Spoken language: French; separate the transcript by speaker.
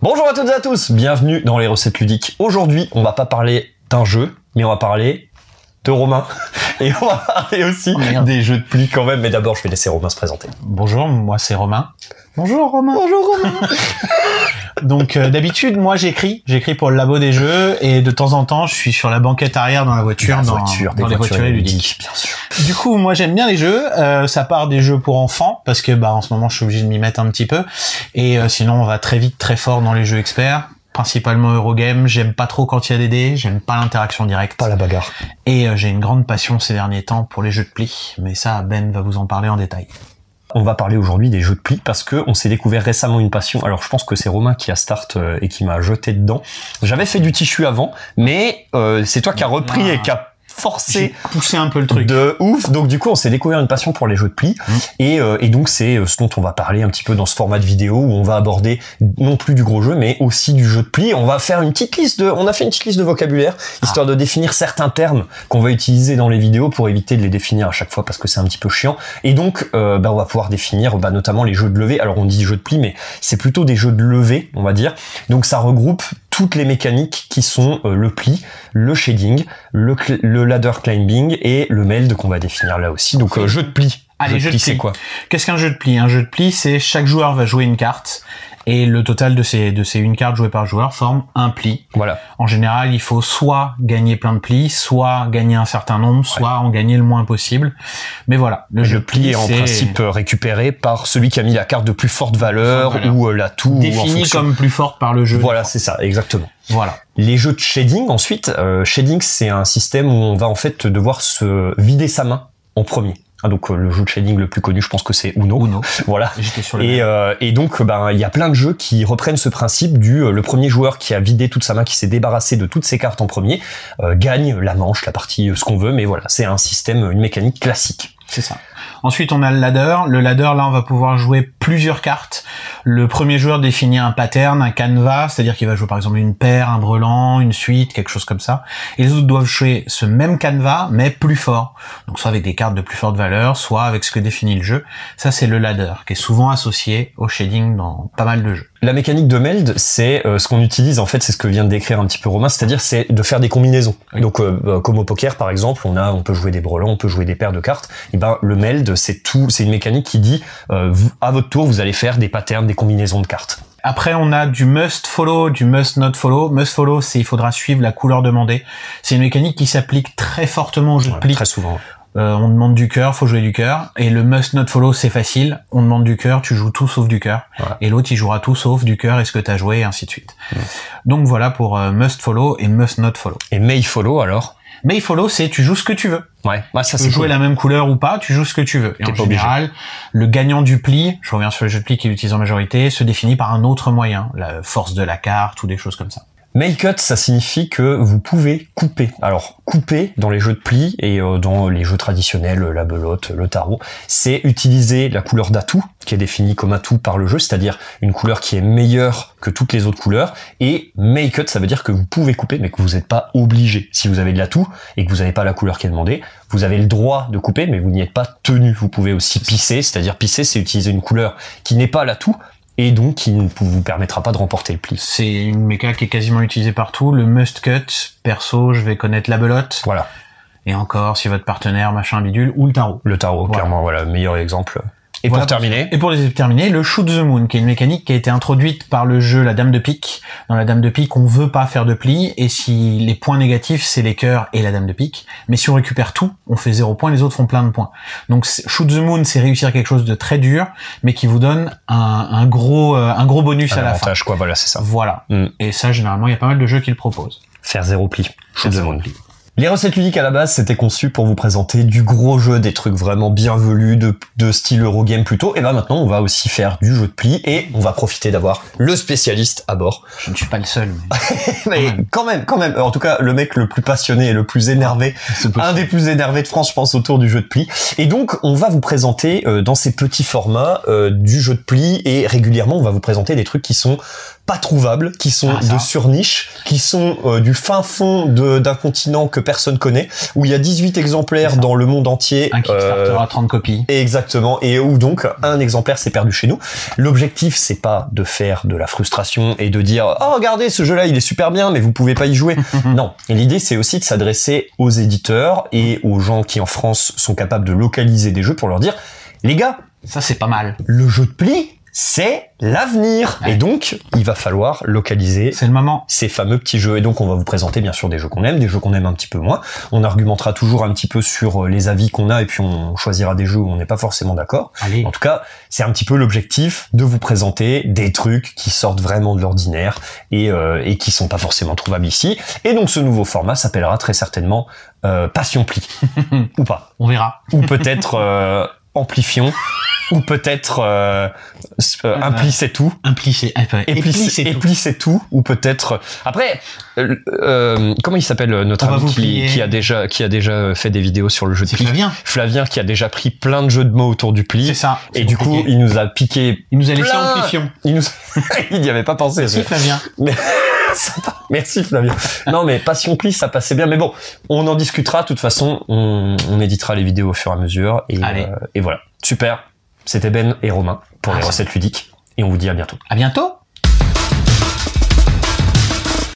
Speaker 1: Bonjour à toutes et à tous, bienvenue dans les recettes ludiques. Aujourd'hui, on va pas parler d'un jeu, mais on va parler de Romain. Et on va parler aussi
Speaker 2: Oh, merde.
Speaker 1: des jeux de plis quand même, mais d'abord je vais laisser Romain se présenter.
Speaker 2: Bonjour, moi c'est Romain. Bonjour Romain.
Speaker 1: Bonjour Romain
Speaker 2: Donc euh, d'habitude, moi j'écris, j'écris pour le labo des jeux et de temps en temps, je suis sur la banquette arrière dans la voiture, dans,
Speaker 1: voiture, des
Speaker 2: dans les
Speaker 1: voitures
Speaker 2: voitures
Speaker 1: ludiques,
Speaker 2: ludiques.
Speaker 1: bien sûr.
Speaker 2: Du coup, moi j'aime bien les jeux. euh, ça part des jeux pour enfants parce que bah en ce moment, je suis obligé de m'y mettre un petit peu. Et euh, sinon, on va très vite, très fort dans les jeux experts. Principalement Eurogame, j'aime pas trop quand il y a des dés, j'aime pas l'interaction directe.
Speaker 1: Pas la bagarre.
Speaker 2: Et euh, j'ai une grande passion ces derniers temps pour les jeux de plis, mais ça Ben va vous en parler en détail.
Speaker 1: On va parler aujourd'hui des jeux de plis parce que on s'est découvert récemment une passion. Alors je pense que c'est Romain qui a start euh, et qui m'a jeté dedans. J'avais fait du tissu avant, mais euh, c'est toi qui as repris
Speaker 2: Ah.
Speaker 1: et qui a forcé
Speaker 2: J'ai poussé un peu le truc.
Speaker 1: de ouf. Donc du coup, on s'est découvert une passion pour les jeux de plis
Speaker 2: Mm.
Speaker 1: et, euh, et donc c'est euh, ce dont on va parler un petit peu dans ce format de vidéo où on va aborder non plus du gros jeu mais aussi du jeu de plis. On va faire une petite liste de, on a fait une petite liste de vocabulaire
Speaker 2: Ah.
Speaker 1: histoire de définir certains termes qu'on va utiliser dans les vidéos pour éviter de les définir à chaque fois parce que c'est un petit peu chiant. Et donc, euh, bah, on va pouvoir définir bah, notamment les jeux de levée. Alors on dit jeux de plis, mais c'est plutôt des jeux de levée, on va dire. Donc ça regroupe toutes les mécaniques qui sont euh, le pli, le shading, le, cl- le ladder climbing et le meld qu'on va définir là aussi. Donc euh, jeu de pli.
Speaker 2: Allez, jeu Ah, de
Speaker 1: c'est
Speaker 2: pli.
Speaker 1: quoi
Speaker 2: Qu'est-ce qu'un jeu de pli Un jeu de pli, c'est chaque joueur va jouer une carte et le total de ces de ces une carte jouée par joueur forme un pli.
Speaker 1: Voilà.
Speaker 2: En général, il faut soit gagner plein de plis, soit gagner un certain nombre, soit en gagner le moins possible. Mais voilà, le jeu
Speaker 1: Le
Speaker 2: de pli
Speaker 1: pli est en
Speaker 2: c'est
Speaker 1: principe euh, récupéré par celui qui a mis la carte de plus forte valeur,
Speaker 2: Plus forte valeur.
Speaker 1: ou euh, la tour ou en
Speaker 2: défini
Speaker 1: fonction-
Speaker 2: comme plus forte par le jeu.
Speaker 1: Voilà, c'est ça, exactement.
Speaker 2: Voilà.
Speaker 1: Les jeux de shading ensuite, euh, shading c'est un système où on va en fait devoir se vider sa main en premier. Ah, donc euh, le jeu de shading le plus connu, je pense que c'est Uno.
Speaker 2: Uno.
Speaker 1: Voilà.
Speaker 2: J'étais sur le.
Speaker 1: Et, euh, et donc, ben, il y a plein de jeux qui reprennent ce principe du euh, le premier joueur qui a vidé toute sa main, qui s'est débarrassé de toutes ses cartes en premier, euh, gagne la manche, la partie, euh, ce qu'on veut. Mais voilà, c'est un système, une mécanique classique.
Speaker 2: C'est ça. Ensuite, on a le ladder. Le ladder, là, on va pouvoir jouer plusieurs cartes. Le premier joueur définit un pattern, un canevas, c'est-à-dire qu'il va jouer par exemple une paire, un brelan, une suite, quelque chose comme ça. Et les autres doivent jouer ce même canevas, mais plus fort. Donc soit avec des cartes de plus forte valeur, soit avec ce que définit le jeu. Ça, c'est le ladder, qui est souvent associé au shading dans pas mal de jeux.
Speaker 1: La mécanique de meld, c'est euh, ce qu'on utilise en fait, c'est ce que vient de décrire un petit peu Romain, c'est-à-dire c'est de faire des combinaisons.
Speaker 2: Oui.
Speaker 1: Donc euh, euh, comme au poker par exemple, on a, on peut jouer des brelans, on peut jouer des paires de cartes. Et ben le meld, c'est tout, c'est une mécanique qui dit euh, vous- à votre tour vous allez faire des patterns, des combinaisons de cartes.
Speaker 2: Après, on a du must follow, du must not follow. Must follow, c'est il faudra suivre la couleur demandée. C'est une mécanique qui s'applique très fortement au jeu de
Speaker 1: Ouais,
Speaker 2: pli.
Speaker 1: très souvent.
Speaker 2: Euh, on demande du cœur, faut jouer du cœur. Et le must not follow, c'est facile. On demande du cœur, tu joues tout sauf du cœur.
Speaker 1: Voilà.
Speaker 2: Et l'autre, il jouera tout sauf du cœur et ce que t'as joué, et ainsi de suite. Donc voilà pour euh, must follow et must not follow.
Speaker 1: Et may follow alors.
Speaker 2: May follow, c'est tu joues ce que tu veux.
Speaker 1: Ouais. Ah, ça
Speaker 2: Tu peux
Speaker 1: c'est
Speaker 2: jouer
Speaker 1: cool.
Speaker 2: la même couleur ou pas, tu joues ce que tu veux. Et
Speaker 1: T'es
Speaker 2: en
Speaker 1: pas obligé.
Speaker 2: général, le gagnant du pli, je reviens sur le jeu de pli qu'il utilise en majorité, se définit par un autre moyen, la force de la carte ou des choses comme ça.
Speaker 1: Mail cut, ça signifie que vous pouvez couper. Alors, couper dans les jeux de plis et euh, dans les jeux traditionnels, la belote, le tarot, c'est utiliser la couleur d'atout, qui est définie comme atout par le jeu, c'est-à-dire une couleur qui est meilleure que toutes les autres couleurs. Et mail cut, ça veut dire que vous pouvez couper, mais que vous n'êtes pas obligé. Si vous avez de l'atout et que vous n'avez pas la couleur qui est demandée, vous avez le droit de couper, mais vous n'y êtes pas tenu. Vous pouvez aussi pisser, c'est-à-dire pisser, c'est utiliser une couleur qui n'est pas l'atout et donc qui ne vous permettra pas de remporter le pli.
Speaker 2: C'est une méca qui est quasiment utilisée partout. Le must cut, perso, je vais connaître la belote.
Speaker 1: Voilà.
Speaker 2: et encore si votre partenaire machin bidule ou le tarot.
Speaker 1: Le tarot,
Speaker 2: Voilà.
Speaker 1: clairement, voilà, meilleur exemple. Et
Speaker 2: Voilà.
Speaker 1: pour terminer,
Speaker 2: Et pour les terminer, le shoot the moon, qui est une mécanique qui a été introduite par le jeu La Dame de Pique. Dans La Dame de Pique, on veut pas faire de pli, et si les points négatifs, c'est les cœurs et la Dame de Pique. Mais si on récupère tout, on fait zéro point, les autres font plein de points. Donc c'est- shoot the moon, c'est réussir quelque chose de très dur, mais qui vous donne un, un gros euh, un gros bonus
Speaker 1: un
Speaker 2: à la fin.
Speaker 1: avantage, quoi, voilà, c'est ça.
Speaker 2: Voilà.
Speaker 1: Mm.
Speaker 2: Et ça, généralement, il y a pas mal de jeux qui le proposent.
Speaker 1: Faire zéro pli.
Speaker 2: Faire zéro
Speaker 1: Les recettes ludiques à la base, c'était conçu pour vous présenter du gros jeu, des trucs vraiment bien velus, de, de style Eurogame plutôt. Et ben maintenant, on va aussi faire du jeu de pli et on va profiter d'avoir le spécialiste à bord.
Speaker 2: Je ne suis pas le seul, mais
Speaker 1: Mais
Speaker 2: même.
Speaker 1: quand même, quand même. En tout cas, le mec le plus passionné et le plus énervé
Speaker 2: c'est
Speaker 1: un
Speaker 2: possible.
Speaker 1: des plus énervés de France, je pense, autour du jeu de pli. Et donc, on va vous présenter euh, dans ces petits formats euh, du jeu de pli et régulièrement, on va vous présenter des trucs qui sont pas trouvables, qui sont
Speaker 2: Ah, ça.
Speaker 1: de surniche, qui sont euh, du fin fond de- d'un continent que personne connaît, où il y a 18 exemplaires
Speaker 2: C'est ça.
Speaker 1: dans le monde entier.
Speaker 2: Un Kickstarter
Speaker 1: euh,
Speaker 2: à 30 copies.
Speaker 1: et Exactement, et où donc un exemplaire s'est perdu chez nous. L'objectif, c'est pas de faire de la frustration et de dire oh regardez ce jeu-là, il est super bien, mais vous pouvez pas y jouer. non, et l'idée c'est aussi de s'adresser aux éditeurs et aux gens qui en France sont capables de localiser des jeux pour leur dire les gars,
Speaker 2: Ça, c'est pas mal.
Speaker 1: le jeu de pli, c'est l'avenir.
Speaker 2: Ouais.
Speaker 1: Et donc, il va falloir localiser
Speaker 2: C'est le moment.
Speaker 1: ces fameux petits jeux. Et donc, on va vous présenter bien sûr des jeux qu'on aime, des jeux qu'on aime un petit peu moins. On argumentera toujours un petit peu sur euh, les avis qu'on a et puis on choisira des jeux où on n'est pas forcément d'accord.
Speaker 2: Allez.
Speaker 1: En tout cas, c'est un petit peu l'objectif de vous présenter des trucs qui sortent vraiment de l'ordinaire et, euh, et qui sont pas forcément trouvables ici. Et donc, ce nouveau format s'appellera très certainement euh, Passion Pli. Ou pas
Speaker 2: On verra.
Speaker 1: ou peut-être euh, amplifions, ou peut-être euh, s- euh,
Speaker 2: Voilà.
Speaker 1: impliquez tout,
Speaker 2: Impliqué.
Speaker 1: éplicez
Speaker 2: Impliqué.
Speaker 1: éplicez tout, ou peut-être après euh, euh, comment il s'appelle euh, notre
Speaker 2: On va
Speaker 1: ami
Speaker 2: vous
Speaker 1: qui,
Speaker 2: plier.
Speaker 1: qui a déjà qui a déjà fait des vidéos sur le jeu de
Speaker 2: C'est
Speaker 1: pli,
Speaker 2: Flavien.
Speaker 1: Flavien qui a déjà pris plein de jeux de mots autour du
Speaker 2: C'est
Speaker 1: pli.
Speaker 2: ça.
Speaker 1: Et
Speaker 2: C'est
Speaker 1: du
Speaker 2: compliqué.
Speaker 1: coup, il nous a piqué.
Speaker 2: il nous a laissé
Speaker 1: Plein.
Speaker 2: amplifiant.
Speaker 1: Il nous, il n'y avait pas pensé.
Speaker 2: Si
Speaker 1: ce-
Speaker 2: Flavien.
Speaker 1: Sympa. Merci Flavien. Non mais passion pli, ça passait bien. Mais bon, on en discutera. De toute façon, on, on éditera les vidéos au fur et à mesure. Et,
Speaker 2: Allez.
Speaker 1: euh, et voilà. Super. C'était Ben et Romain pour
Speaker 2: Ah,
Speaker 1: les
Speaker 2: ça-
Speaker 1: recettes ludiques. Et on vous dit à bientôt.
Speaker 2: À bientôt.